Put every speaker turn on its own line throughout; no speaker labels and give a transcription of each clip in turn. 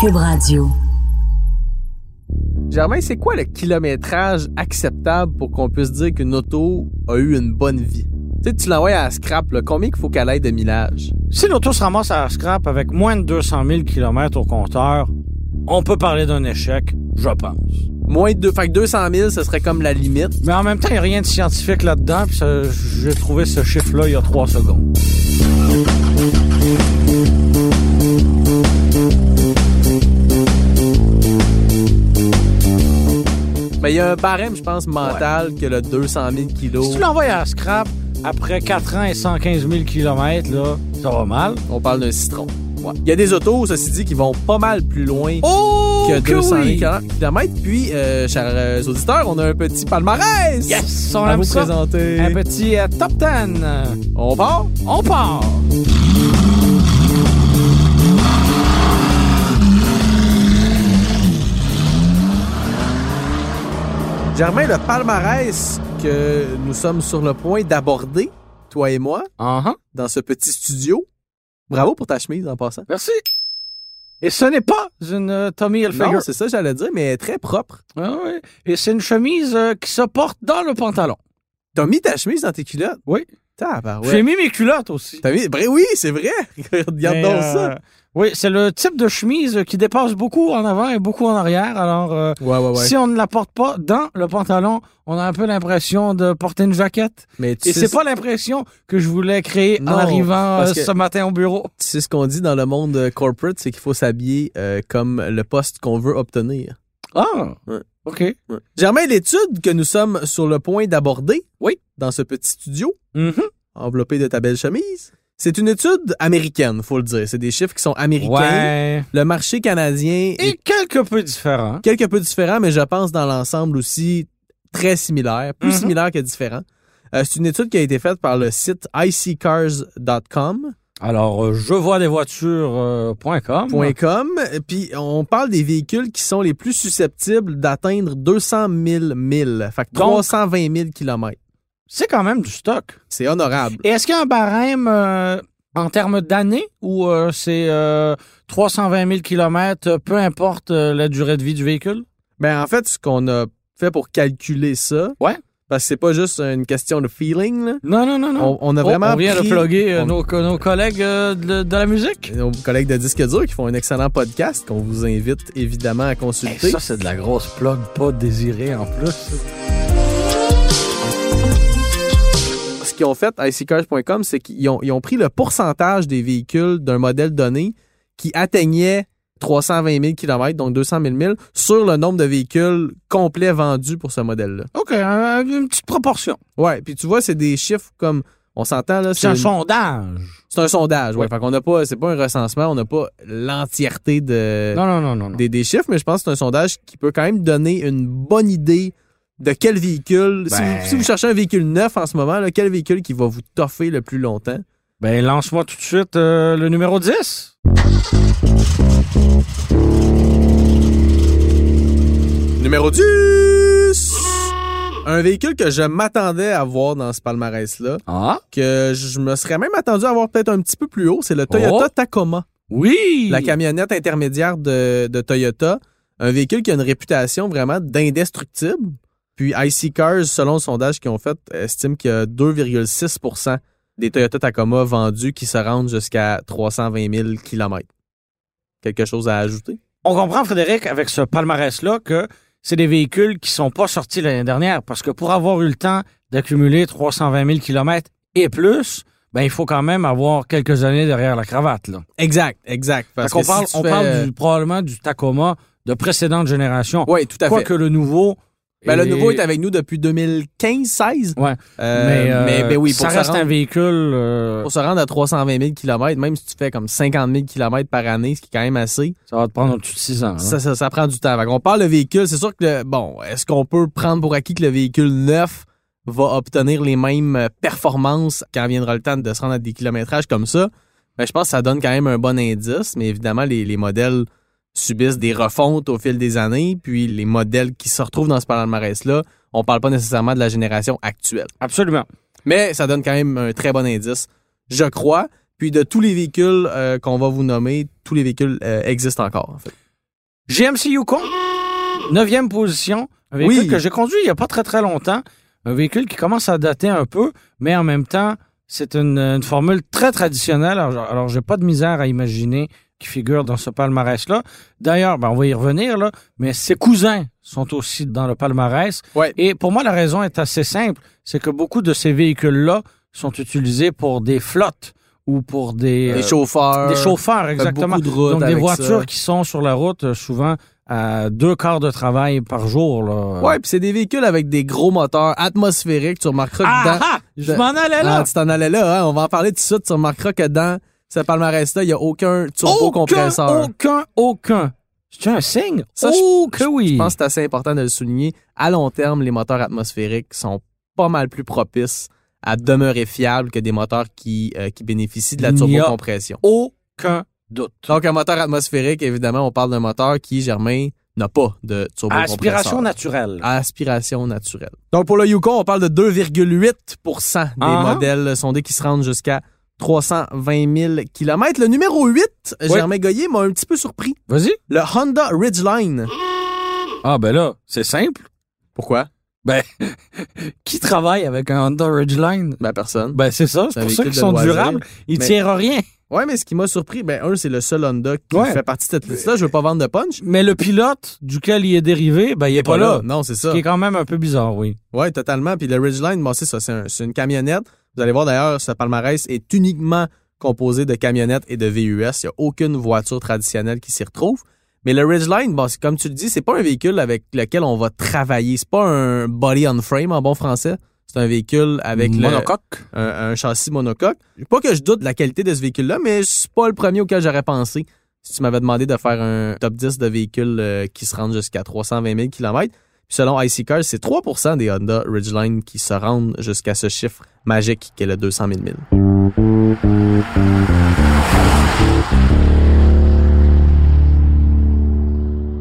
Cube Radio.
Germain, c'est quoi le kilométrage acceptable pour qu'on puisse dire qu'une auto a eu une bonne vie? Tu sais, tu l'envoies à la scrap, là, combien qu'il faut qu'elle aille de millage?
Si l'auto se ramasse à la scrap avec moins de 200 000 km au compteur, on peut parler d'un échec, je pense.
Moins de deux, fait que 200 000, ce serait comme la limite.
Mais en même temps, il n'y a rien de scientifique là-dedans, puis ça- j'ai trouvé ce chiffre-là il y a trois secondes.
Mais Ben, il y a un barème, je pense, mental que le 200 000 kilos.
Si tu l'envoies à la scrap après 4 ans et 115 000 km, là, ça va mal.
On parle d'un citron. Ouais. Il y a des autos, ceci dit, qui vont pas mal plus loin
Oh,
que 200 000
oui!
km. Puis, euh, chers euh, auditeurs, on a un petit palmarès
Yes, on
à
aime
vous
ça.
présenter.
Un petit euh, top 10. euh,
On part?
On part!
Germain, le palmarès que nous sommes sur le point d'aborder, toi et moi,
Uh-huh.
dans ce petit studio. Bravo pour ta chemise en passant.
Merci. Et ce n'est pas une euh, Tommy Hilfiger.
Non, c'est ça que j'allais dire, mais très propre.
Ah oui. Et c'est une chemise euh, qui se porte dans le pantalon.
T'as mis ta chemise dans tes culottes?
Oui. J'ai
Tabarouette.
mis mes culottes aussi.
T'as mis... Bré- oui, c'est vrai. Regarde
Mais,
donc
euh,
ça.
Oui, c'est le type de chemise qui dépasse beaucoup en avant et beaucoup en arrière. Alors, euh,
Ouais, ouais, ouais.
si on ne la porte pas dans le pantalon, on a un peu l'impression de porter une jaquette.
Mais tu
Et
sais,
c'est pas l'impression que je voulais créer
Non,
en arrivant
parce
euh,
que-
ce matin au bureau.
tu sais ce qu'on dit dans le monde euh, corporate, c'est qu'il faut s'habiller euh, comme le poste qu'on veut obtenir.
Ah,
Ouais.
OK.
Germain, l'étude que nous sommes sur le point d'aborder
Oui.
dans ce petit studio,
Mhm.
enveloppé de ta belle chemise, c'est une étude américaine, faut le dire. C'est des chiffres qui sont américains.
Ouais.
Le marché canadien est
Et quelque peu différent.
quelque peu différent, mais je pense dans l'ensemble aussi très similaire, plus
Mhm.
similaire que différent. Euh, c'est une étude qui a été faite par le site iccars.com.
Alors, euh, je vois des voitures, euh, point com.
Point .com. Puis on parle des véhicules qui sont les plus susceptibles d'atteindre 200 000 milles, fait que
Donc-
320 000 kilomètres.
C'est quand même du stock.
C'est honorable.
Et est-ce qu'il y a un barème euh, en termes d'année ou euh, c'est euh, 320 000 km, peu importe euh, la durée de vie du véhicule?
Ben en fait, ce qu'on a fait pour calculer ça,
Ouais.
parce que c'est pas juste une question de feeling. là.
Non, non, non, non.
On, Oh, on a vraiment
on vient
pris
de plugger euh,
on-
nos, co- nos collègues euh, de, de la musique.
nos collègues de Disque Dur qui font un excellent podcast qu'on vous invite évidemment à
Hey,
consulter.
ça, c'est de la grosse plug pas désirée en plus.
ce qu'ils ont fait à iccars.com, c'est qu'ils ont, ils ont pris le pourcentage des véhicules d'un modèle donné qui atteignait 320 000 km, donc 200 000 milles, sur le nombre de véhicules complets vendus pour ce modèle-là.
OK, un- une petite proportion.
Ouais, puis tu vois, c'est des chiffres comme... On s'entend, là,
C'est un sondage.
c'est un sondage. Ouais,
Ouais.
Fait qu'on n'a pas... C'est pas un recensement, on n'a pas l'entièreté de,
Non, non, non, non. non.
des, des chiffres, mais je pense que c'est un sondage qui peut quand même donner une bonne idée de quel véhicule... si
Ben-
vous- si vous cherchez un véhicule neuf en ce moment, là, quel véhicule qui va vous toffer le plus longtemps?
Ben, lance-moi tout de suite euh, le numéro 10.
Numéro 10! Un véhicule que je m'attendais à voir dans ce palmarès-là,
Ah?
que je me serais même attendu à voir peut-être un petit peu plus haut, c'est le Toyota
Oh.
Tacoma,
Oui!
la camionnette intermédiaire de, de Toyota. Un véhicule qui a une réputation vraiment d'indestructible. Puis IC Cars, selon le sondage qu'ils ont fait, estime qu'il y a 2,6 des Toyota Tacoma vendus qui se rendent jusqu'à 320 000 km. Quelque chose à ajouter?
On comprend, Frédéric, avec ce palmarès-là, que c'est des véhicules qui sont pas sortis l'année dernière parce que pour avoir eu le temps d'accumuler 320 000 km et plus, ben, il faut quand même avoir quelques années derrière la cravate. Là.
Exact, exact. Parce
Fait qu'on
que
parle,
si tu
on
fais,
parle
euh,
du- probablement du Tacoma de précédente génération.
Oui, tout à fait.
Quoique le nouveau.
Ben, Le
est-
nouveau est avec nous depuis 2015-16.
Ouais.
Euh,
mais,
mais,
euh,
ben oui, pour,
ça
se
reste
rendre,
un véhicule. euh,
pour se rendre à 320 000 km, même si tu fais comme 50 000 km par année, ce qui est quand même assez,
ça va te prendre au-dessus de 6 ans. hein. là.
ça, ça, ça prend du temps. on parle de véhicule, c'est sûr que, le- bon, est-ce qu'on peut prendre pour acquis que le véhicule neuf va obtenir les mêmes euh, performances quand viendra le temps de se rendre à des kilométrages comme ça? Ben, je pense que ça donne quand même un bon indice, mais évidemment, les, les modèles subissent des refontes au fil des années, puis les modèles qui se retrouvent dans ce palmarès-là, on parle pas nécessairement de la génération actuelle.
Absolument.
Mais ça donne quand même un très bon indice, je crois. Puis de tous les véhicules euh, qu'on va vous nommer, tous les véhicules euh, existent encore. En fait.
GMC Yukon, 9e position. Un véhicule
Oui.
que j'ai conduit il n'y a pas très très longtemps. Un véhicule qui commence à dater un peu, mais en même temps, c'est une, une formule très traditionnelle. Alors, je- Alors, j'ai pas de misère à imaginer qui figure dans ce palmarès-là. D'ailleurs, ben, on va y revenir, là, mais ses cousins sont aussi dans le palmarès.
Ouais.
Et pour moi, la raison est assez simple. C'est que beaucoup de ces véhicules-là sont utilisés pour des flottes ou pour des,
Des
euh,
chauffeurs.
des chauffeurs, exactement.
Beaucoup de routes
Donc, des
avec
voitures
ça.
qui sont sur la route euh, souvent à deux quarts de travail par jour. Là.
Ouais, puis c'est des véhicules avec des gros moteurs atmosphériques. Tu remarqueras que
Ah,
dans-
ah, je
dans-
m'en allais là.
Ah, tu t'en allais là, hein? on va en parler tout de suite. Tu remarqueras que dans ce palmarès-là, il n'y a aucun turbocompresseur.
Aucun, aucun, aucun. C'est un signe?
Ça, je-
oh, que oui.
Je pense que c'est assez important de le souligner. À long terme, les moteurs atmosphériques sont pas mal plus propices à demeurer fiables que des moteurs qui, euh, qui bénéficient de la
Il y a-
turbocompression.
Aucun doute.
Donc, un moteur atmosphérique, évidemment, on parle d'un moteur qui, Germain, n'a pas de turbocompresseur.
Aspiration naturelle.
Aspiration naturelle. Donc, pour le Yukon, on parle de 2,8 des
Ah.
modèles sondés qui se rendent jusqu'à 320 000 km. Le numéro 8, Germain Goyer, m'a un petit peu surpris.
Vas-y.
Le Honda Ridgeline.
Ah, ben là, c'est simple.
Pourquoi?
Ben, Qui travaille avec un Honda Ridgeline?
Ben, personne.
Ben, c'est ça.
C'est
C'est
un
pour ça
véhicule
qu'ils
de
sont
loisir.
durables. Ils
Mais-
tirent rien.
Ouais, mais ce qui m'a surpris, ben, un, c'est le seul Honda qui
Ouais.
fait partie de cette liste-là. Je veux pas vendre de punch.
Mais le pilote duquel il est dérivé, ben, il est pas là.
Non, c'est
Ce
ça.
qui est quand même un peu bizarre, oui.
Ouais, totalement. Puis le Ridgeline, bon, c'est ça. C'est un- c'est une camionnette. Vous allez voir d'ailleurs, ce palmarès est uniquement composé de camionnettes et de VUS. Il n'y a aucune voiture traditionnelle qui s'y retrouve. Mais le Ridgeline, bon, c'est- comme tu le dis, c'est pas un véhicule avec lequel on va travailler. C'est pas un body on frame en bon français. C'est un véhicule avec le-
Monocoque.
un, un châssis monocoque. Pas que je doute de la qualité de ce véhicule-là, mais c'est pas le premier auquel j'aurais pensé si tu m'avais demandé de faire un top 10 de véhicules euh, qui se rendent jusqu'à 320 000 km. Puis selon IC Cars, c'est 3 des Honda Ridgeline qui se rendent jusqu'à ce chiffre magique qu'est le 200 000 milles.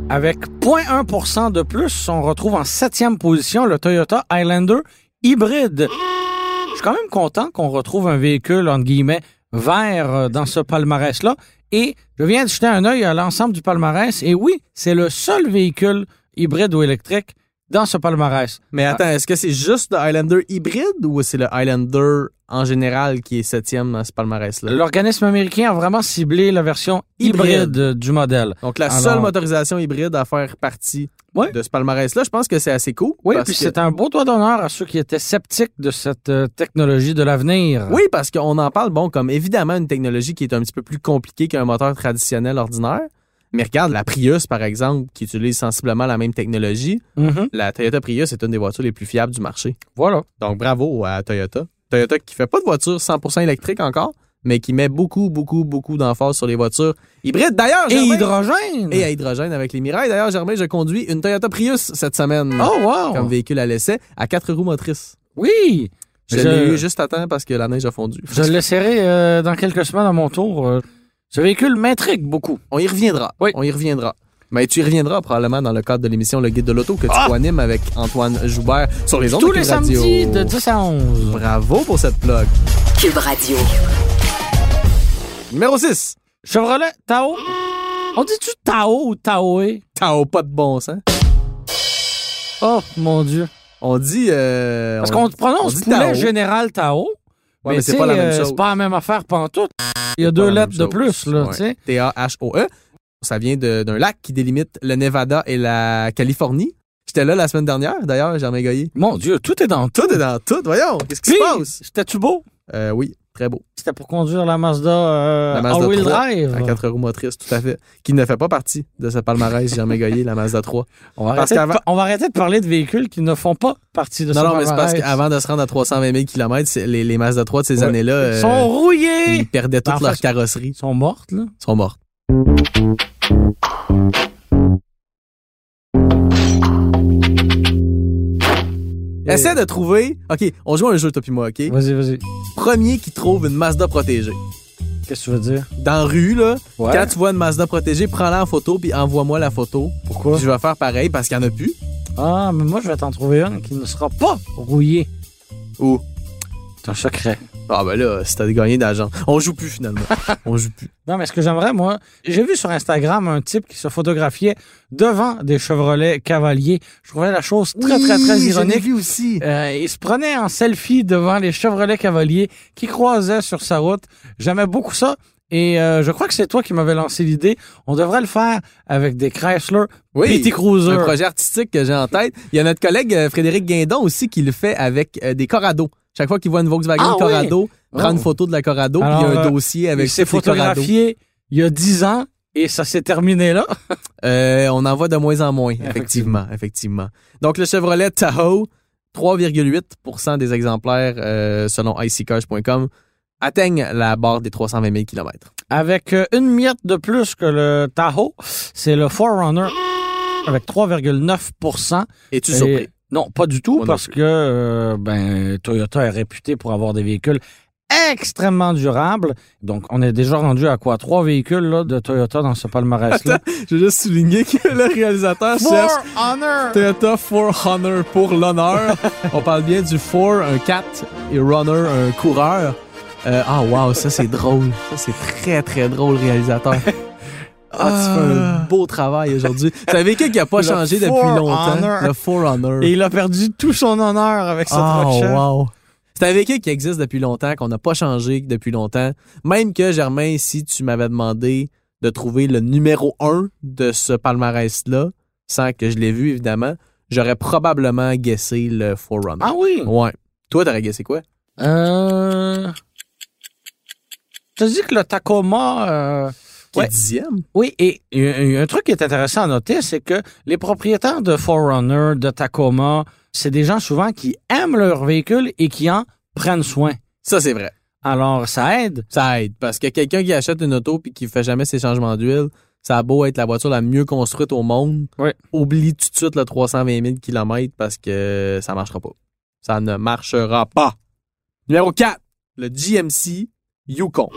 Avec 0.1% de plus, on retrouve en septième position le Toyota Highlander hybride. Je suis quand même content qu'on retrouve un véhicule, entre guillemets, vert euh, dans ce palmarès-là. Et je viens de jeter un œil à l'ensemble du palmarès. Et oui, c'est le seul véhicule hybride ou électrique dans ce palmarès.
Mais attends, est-ce que c'est juste le Highlander hybride ou c'est le Highlander en général qui est septième dans ce palmarès-là?
Euh, L'organisme américain a vraiment ciblé la version
Hybride.
hybride euh, du modèle.
Donc, la
Alors-
seule motorisation hybride à faire partie
Ouais.
de ce palmarès-là, je pense que c'est assez cool.
Oui,
parce
puis
que-
c'est un beau doigt d'honneur à ceux qui étaient sceptiques de cette euh, technologie de l'avenir.
Oui, parce qu'on en parle, bon, comme évidemment une technologie qui est un petit peu plus compliquée qu'un moteur traditionnel ordinaire. Mais regarde, la Prius, par exemple, qui utilise sensiblement la même technologie,
Mhm.
la Toyota Prius est une des voitures les plus fiables du marché.
Voilà.
Donc bravo à Toyota. Toyota qui fait pas de voiture 100% électrique encore, mais qui met beaucoup, beaucoup, beaucoup d'emphase sur les voitures hybrides. D'ailleurs,
Et
Germain-
hydrogène.
Ah, Et à hydrogène avec les Mirai. D'ailleurs, Germain, je conduis une Toyota Prius cette semaine
Oh wow.
comme véhicule à l'essai à quatre roues motrices.
Oui.
Je,
Je-
l'ai eu juste à temps parce que la neige a fondu.
Je l'essaierai euh, dans quelques semaines à mon tour. euh. Ce véhicule m'intrigue beaucoup.
On y reviendra.
Oui.
On y reviendra. Mais tu y reviendras probablement dans le cadre de l'émission Le Guide de l'Auto que tu
Ah!
co-animes avec Antoine Joubert sur les ondes
Tous
de
les
Cube Radio.
samedis de 10 à 11.
Bravo pour cette plug.
Cube Radio.
Numéro 6.
Chevrolet Tao. On dit-tu Tao ou Taoé?
T'as pas de bon sens.
Oh mon dieu.
On dit... euh,
Parce
on-
qu'on prononce
on dit
poulet
Tao.
général Tao.
Ouais, mais c'est
tu
pas la
sais,
même
euh,
chose.
C'est pas la même affaire pantoute. Il y a
pas la
deux
même
lettres de
chose.
plus, là,
Ouais.
tu sais.
T-A-H-O-E. E. Ça vient de- d'un lac qui délimite le Nevada et la Californie. J'étais là la semaine dernière, d'ailleurs, Germain Goyer.
Mon dieu, tout est dans tout.
Tout est dans tout, voyons. Qu'est-ce qui
Puis,
se passe?
C'était-tu beau?
Euh, oui, très beau.
C'était pour conduire la Mazda, euh,
La Mazda
All-Wheel
3,
Drive.
À quatre roues motrices, tout à fait. Qui ne fait pas partie de ce palmarès, Germain Goyer, la Mazda 3.
On va,
Parce
arrêter de
qu'avant-
pa- on va arrêter de parler de véhicules qui ne font pas partie de ce
Non, non, mais c'est parce
palmarès.
qu'avant de se rendre à 320 000 km, les, les Mazda 3 de ces
Ouais.
années-là,
Ils
euh,
sont rouillés!
ils perdaient toute
Parfait.
leur carrosserie.
Ils sont mortes, là.
Ils sont morts. Essaie de trouver. OK, on joue à un jeu, toi puis moi, OK?
Vas-y, vas-y.
Premier qui trouve une Mazda protégée.
Qu'est-ce que tu veux dire?
Dans la rue, là,
Ouais.
quand tu vois une Mazda protégée, prends-la en photo puis envoie-moi la photo.
Pourquoi?
Puis Je vais faire pareil parce qu'il n'y en a plus.
Ah, mais moi, je vais t'en trouver une qui ne sera pas rouillée.
Où?
C'est un secret.
Ah ben là, si t'as gagné d'argent. On joue plus finalement. On joue plus.
Non, mais ce que j'aimerais, moi, j'ai vu sur Instagram un type qui se photographiait devant des Chevrolet Cavalier. Je trouvais la chose très, très, très ironique.
vu aussi.
Euh, il se prenait en selfie devant les Chevrolet Cavalier qui croisaient sur sa route. J'aimais beaucoup ça. Et euh, je crois que c'est toi qui m'avais lancé l'idée. On devrait le faire avec des Chrysler Petit Cruiser.
un projet artistique que j'ai en tête. Il y a notre collègue euh, Frédéric Guindon aussi qui le fait avec euh, des Corrado. Chaque fois qu'il voit une Volkswagen
Ah oui!
Corrado, prend une
Oh.
photo de la Corrado, puis il y a
Alors,
un
euh,
dossier avec
il s'est
toutes les Corrado.
photographié il y a 10 ans et ça s'est terminé là.
Euh, on en voit de moins en moins, effectivement, effectivement. Donc, le Chevrolet Tahoe, 3,8 des exemplaires, euh, selon iccoche.com, atteignent la barre des 320 000 km.
Avec euh, une miette de plus que le Tahoe, c'est le Forerunner avec 3,9
Es-tu
Et-
surpris?
Non, pas du tout,
Moi non
parce que euh, ben, Toyota est réputé pour avoir des véhicules extrêmement durables. Donc, on est déjà rendu à quoi? Trois véhicules là, de Toyota dans ce palmarès-là.
Je veux juste souligner que le réalisateur cherche
Honor!
Toyota 4Runner pour l'honneur. On parle bien du 4, un 4, et runner, un coureur. Euh, ah, wow, ça c'est drôle. Ça c'est très très drôle, réalisateur. Ah, tu fais un beau travail aujourd'hui. C'est un véhicule qui a pas
Le
changé depuis
4Runner.
longtemps. Le 4Runner.
Et il a perdu tout son honneur avec cette hein?
Ah,
recherche.
wow. C'est un véhicule qui existe depuis longtemps, qu'on n'a pas changé depuis longtemps. Même que, Germain, si tu m'avais demandé de trouver le numéro un de ce palmarès-là, sans que je l'ai vu, évidemment, j'aurais probablement guessé le Forerunner.
Ah oui!
Ouais. Toi, t'aurais guessé quoi?
Euh... Tu dis que le Tacoma... euh,
Qui est
Ouais.
dixième?
Oui, et un, un truc qui est intéressant à noter, c'est que les propriétaires de Forerunner, de Tacoma, c'est des gens souvent qui aiment leur véhicule et qui en prennent soin.
Ça, c'est vrai.
Alors, ça aide.
Ça aide. Parce que quelqu'un qui achète une auto puis qui fait jamais ses changements d'huile, ça a beau être la voiture la mieux construite au monde.
Ouais.
Oublie tout de suite le 320 000 km parce que ça marchera pas. Ça ne marchera pas. Numéro 4, le GMC Yukon.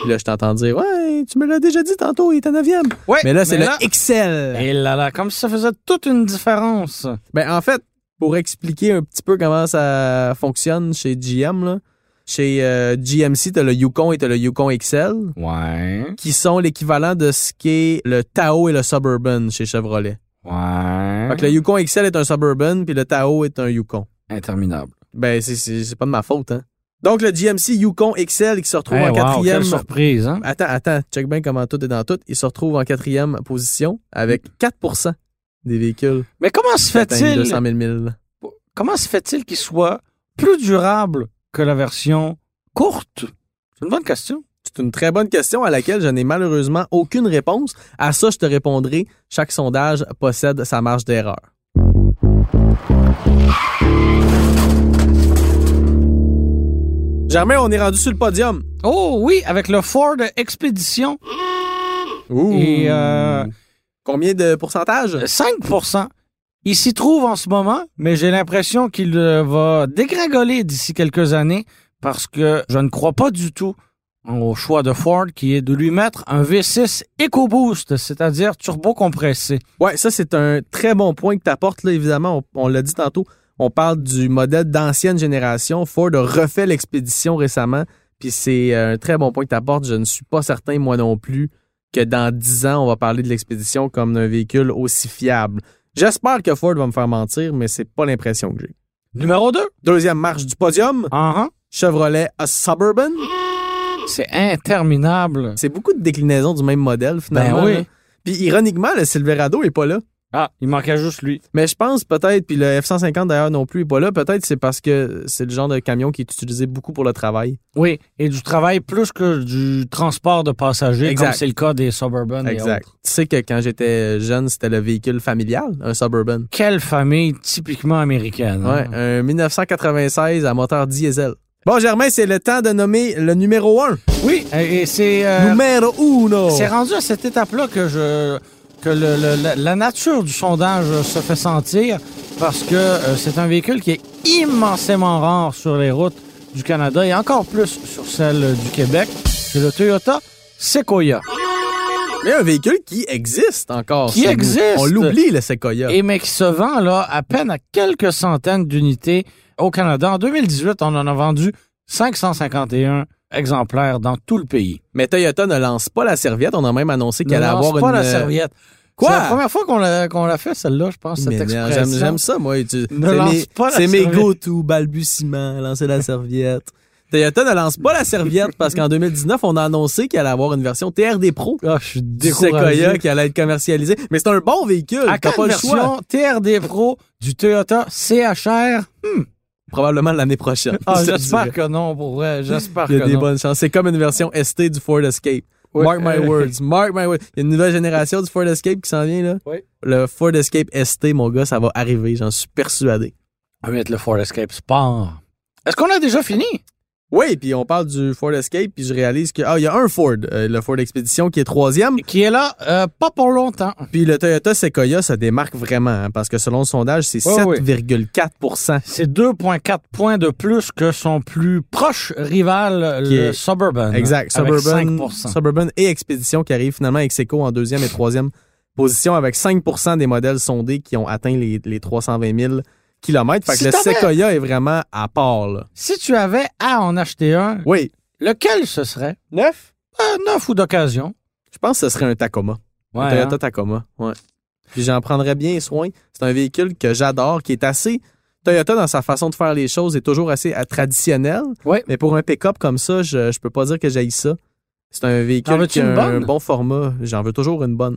Puis Là, je t'entends dire, ouais, tu me l'as déjà dit tantôt, il est en 9e.
Ouais,
Mais là, c'est le XL.
Et Eh là, là, comme si ça faisait toute une différence.
Ben, en fait, pour expliquer un petit peu comment ça fonctionne chez GM, là, chez euh, GMC, t'as le Yukon et t'as le Yukon XL,
Ouais,
qui sont l'équivalent de ce qu'est le Tao et le Suburban chez Chevrolet.
ouais.
Fait que le Yukon XL est un Suburban, puis le Tao est un Yukon.
Interminable.
Ben, c'est- c'est c'est pas de ma faute, hein. Donc, le GMC Yukon XL qui se retrouve
Hey,
en
Eh, wow,
quatrième.
quelle surprise, hein?
Attends, attends, check bien comment tout est dans tout. Il se retrouve en quatrième position avec 4 des véhicules
Mais comment se
qui atteignent
fait-il
200 000 000.
comment se fait-il qu'il soit plus durable que la version courte? C'est une bonne question.
C'est une très bonne question à laquelle je n'ai malheureusement aucune réponse. À ça, je te répondrai. Chaque sondage possède sa marge d'erreur. Germain, on est rendu sur le podium.
Oh oui, avec le Ford Expedition, Et, euh,
Combien de pourcentage?
5 Il s'y trouve en ce moment, mais j'ai l'impression qu'il euh, va dégringoler d'ici quelques années parce que je ne crois pas du tout au choix de Ford qui est de lui mettre un V6 EcoBoost, c'est-à-dire turbo-compressé.
Ouais, ça, c'est un très bon point que tu apportes, là, évidemment. On, on l'a dit tantôt. On parle du modèle d'ancienne génération. Ford a refait l'expédition récemment. Puis c'est euh, un très bon point que tu apportes. Je ne suis pas certain, moi non plus, que dans 10 ans, on va parler de l'expédition comme d'un véhicule aussi fiable. J'espère que Ford va me faire mentir, mais c'est pas l'impression que j'ai.
Numéro 2.
Deuxième marche du podium, Chevrolet Suburban.
C'est interminable.
C'est beaucoup de déclinaisons du même modèle, finalement.
Ben oui.
là. Puis ironiquement, le Silverado est pas là.
Ah, il manquait juste lui.
Mais je pense peut-être, puis le F-150 d'ailleurs non plus est pas là, peut-être c'est parce que c'est le genre de camion qui est utilisé beaucoup pour le travail.
Oui, et du travail plus que du transport de passagers,
Exact.
comme c'est le cas des Suburban et autres.
Tu sais que quand j'étais jeune, c'était le véhicule familial, un Suburban.
Quelle famille typiquement américaine. hein?
Ouais, un 1996 à moteur diesel. Bon, Germain, c'est le temps de nommer le numéro 1.
Oui, et et c'est... euh,
numéro 1.
C'est rendu à cette étape-là que je que le- le- la, la nature du sondage se fait sentir parce que euh, c'est un véhicule qui est immensément rare sur les routes du Canada et encore plus sur celle du Québec. C'est le Toyota Sequoia.
Mais un véhicule qui existe encore.
Qui
ça, nous-
existe.
On l'oublie, le Sequoia.
Et mais qui se vend là à peine à quelques centaines d'unités au Canada. En 2018, on en a vendu 551 exemplaires dans tout le pays.
Mais Toyota ne lance pas la serviette. On a même annoncé qu'elle allait
Ne lance
avoir
pas
une. euh,
la serviette.
Quoi?
C'est la première fois qu'on l'a qu'on l'a fait, celle-là, je pense, cette
Mais non,
expression.
J'aime j'aime ça, moi. Tu-
Ne
c'est
lance
mes,
pas la
C'est mes
serviette.
go-to, balbutiements, lancer la serviette. Toyota ne lance pas la serviette parce qu'en 2019, on a annoncé qu'elle allait avoir une version TRD Pro
Ah, je suis
du
découragé.
Sequoia qui allait être commercialisée. Mais c'est un bon véhicule.
À
T'as
quand
pas
une
le choix.
version TRD Pro du Toyota CHR?
Probablement l'année prochaine.
Ah,
je te
j'espère
dirais.
que non, pour vrai. J'espère que
Il y a des
non.
bonnes chances. C'est comme une version ST du Ford Escape.
Oui.
Mark my words. Mark my words. Il y a une nouvelle génération du Ford Escape qui s'en vient, là.
Oui.
Le Ford Escape ST, mon gars, ça va arriver. J'en suis persuadé.
On va mettre le Ford Escape Sport. Est-ce qu'on a déjà fini?
Oui, puis on parle du Ford Escape, puis je réalise que ah, il y a un Ford, euh, le Ford Expedition qui est troisième,
Qui est là, euh, pas pour longtemps.
puis le Toyota Sequoia se démarque vraiment hein, parce que selon le sondage, c'est
Ouais, ouais.
7,4
C'est 2,4 points de plus que son plus proche rival,
Qui
le
est-
Suburban.
Exact.
Avec
Suburban,
5%.
Suburban et Expedition qui arrivent finalement avec Seco en deuxième et troisième position avec 5 des modèles sondés qui ont atteint les, les 320 000 kilomètres. Fait que
Si
le
t'avais-
Sequoia est vraiment à part là.
Si tu avais à en acheter un,
Oui.
lequel ce serait?
Neuf?
Euh, neuf ou d'occasion.
Je pense que ce serait un Tacoma.
Ouais,
Un Toyota
hein.
Tacoma, ouais. Puis j'en prendrais bien soin. C'est un véhicule que j'adore, qui est assez. Toyota, dans sa façon de faire les choses, est toujours assez euh, traditionnelle.
Ouais.
Mais pour un pick-up comme ça, je, je peux pas dire que j'aille ça. C'est un
T'en
véhicule
veux-tu
qui a
une
un
bonne?
bon format. J'en veux toujours une bonne.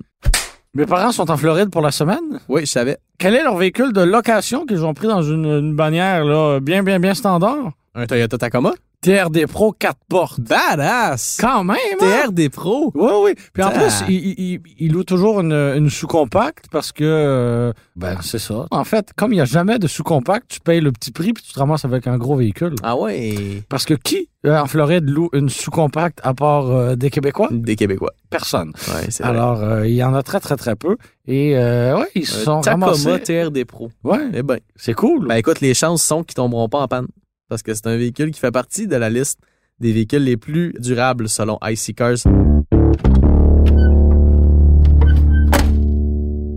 Mes parents sont en Floride pour la semaine.
Oui, je savais.
Quel est leur véhicule de location qu'ils ont pris dans une, une bannière là, bien, bien, bien standard?
Un Toyota Tacoma?
TRD Pro 4 portes.
Badass!
Quand même! hein?
TR des pros!
Oui, oui. Puis en
Ah.
plus, il, il- il- il loue toujours une, une sous-compacte parce que. euh, ben, c'est ça. En fait, comme il n'y a jamais de sous-compacte, tu payes le petit prix puis tu te ramasses avec un gros véhicule.
Ah ouais!
Parce que qui, euh, en Floride, loue une sous-compacte à part euh, des Québécois?
Des Québécois.
Personne.
Ouais, c'est vrai.
Alors, euh, il y en a très, très, très peu. Et, euh, ouais, ils se
Un
sont
Tacoma
ramassés.
TR des pros.
Ouais,
Eh ben.
c'est cool.
Ben écoute, les chances sont qu'ils tomberont pas en panne. Parce que c'est un véhicule qui fait partie de la liste des véhicules les plus durables selon IC Cars.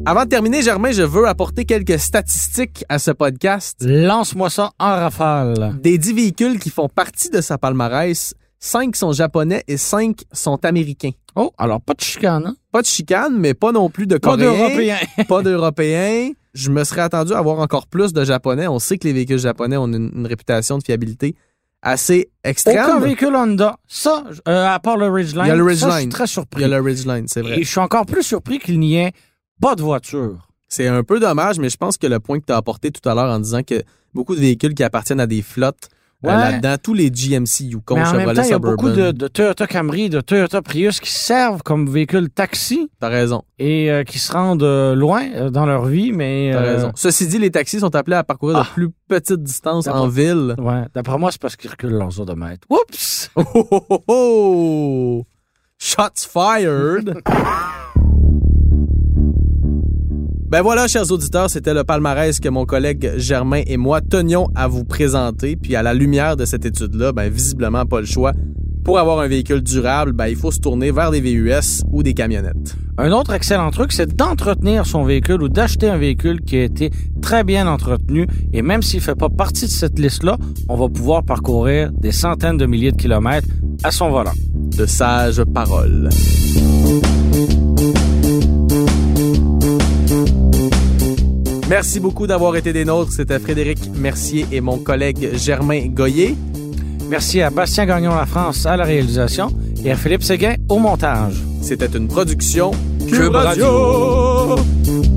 Avant de terminer, Germain, je veux apporter quelques statistiques à ce podcast.
Lance-moi ça en rafale.
Des 10 véhicules qui font partie de sa palmarès, 5 sont japonais et 5 sont américains.
Oh, alors, pas de chicane, hein?
Pas de chicane, mais pas non plus de
Pas
Coréens,
d'Européens.
pas d'Européens. Je me serais attendu à avoir encore plus de Japonais. On sait que les véhicules japonais ont une, une réputation de fiabilité assez
Aucun
extrême.
véhicule Honda. Ça, j- euh, à part le Ridgeline.
Il y a le
ça, je suis
Ridgeline.
très
Il
surpris.
y a le Ridgeline, c'est vrai.
Et je suis encore plus surpris qu'il n'y ait pas de voiture.
C'est un peu dommage, mais je pense que le point que tu as apporté tout à l'heure en disant que beaucoup de véhicules qui appartiennent à des flottes euh,
Ouais.
là-dedans, tous les GMC Yukon,
Mais en même
Chevrolet
temps, il y a
Suburban.
beaucoup de, de Toyota Camry, de Toyota Prius qui servent comme véhicules taxi
T'as raison,
et euh, qui se rendent euh, loin euh, dans leur vie, mais...
t'as
euh,
raison. Ceci dit, les taxis sont appelés à parcourir de
Ah.
plus petites distances
D'accord.
en ville.
Ouais, d'après moi, c'est parce qu'ils reculent leurs odomètres. Oups!
Oh, oh, oh, oh! Shots fired! ben voilà, chers auditeurs, c'était le palmarès que mon collègue Germain et moi tenions à vous présenter. Puis à la lumière de cette étude-là, ben visiblement pas le choix. Pour avoir un véhicule durable, ben, il faut se tourner vers des VUS ou des camionnettes.
Un autre excellent truc, c'est d'entretenir son véhicule ou d'acheter un véhicule qui a été très bien entretenu. Et même s'il ne fait pas partie de cette liste-là, on va pouvoir parcourir des centaines de milliers de kilomètres à son volant.
De sages paroles. Merci beaucoup d'avoir été des nôtres. C'était Frédéric Mercier et mon collègue Germain Goyer.
Merci à Bastien Gagnon La France à la réalisation et à Philippe Séguin au montage.
C'était une production
Cube Radio.
Radio.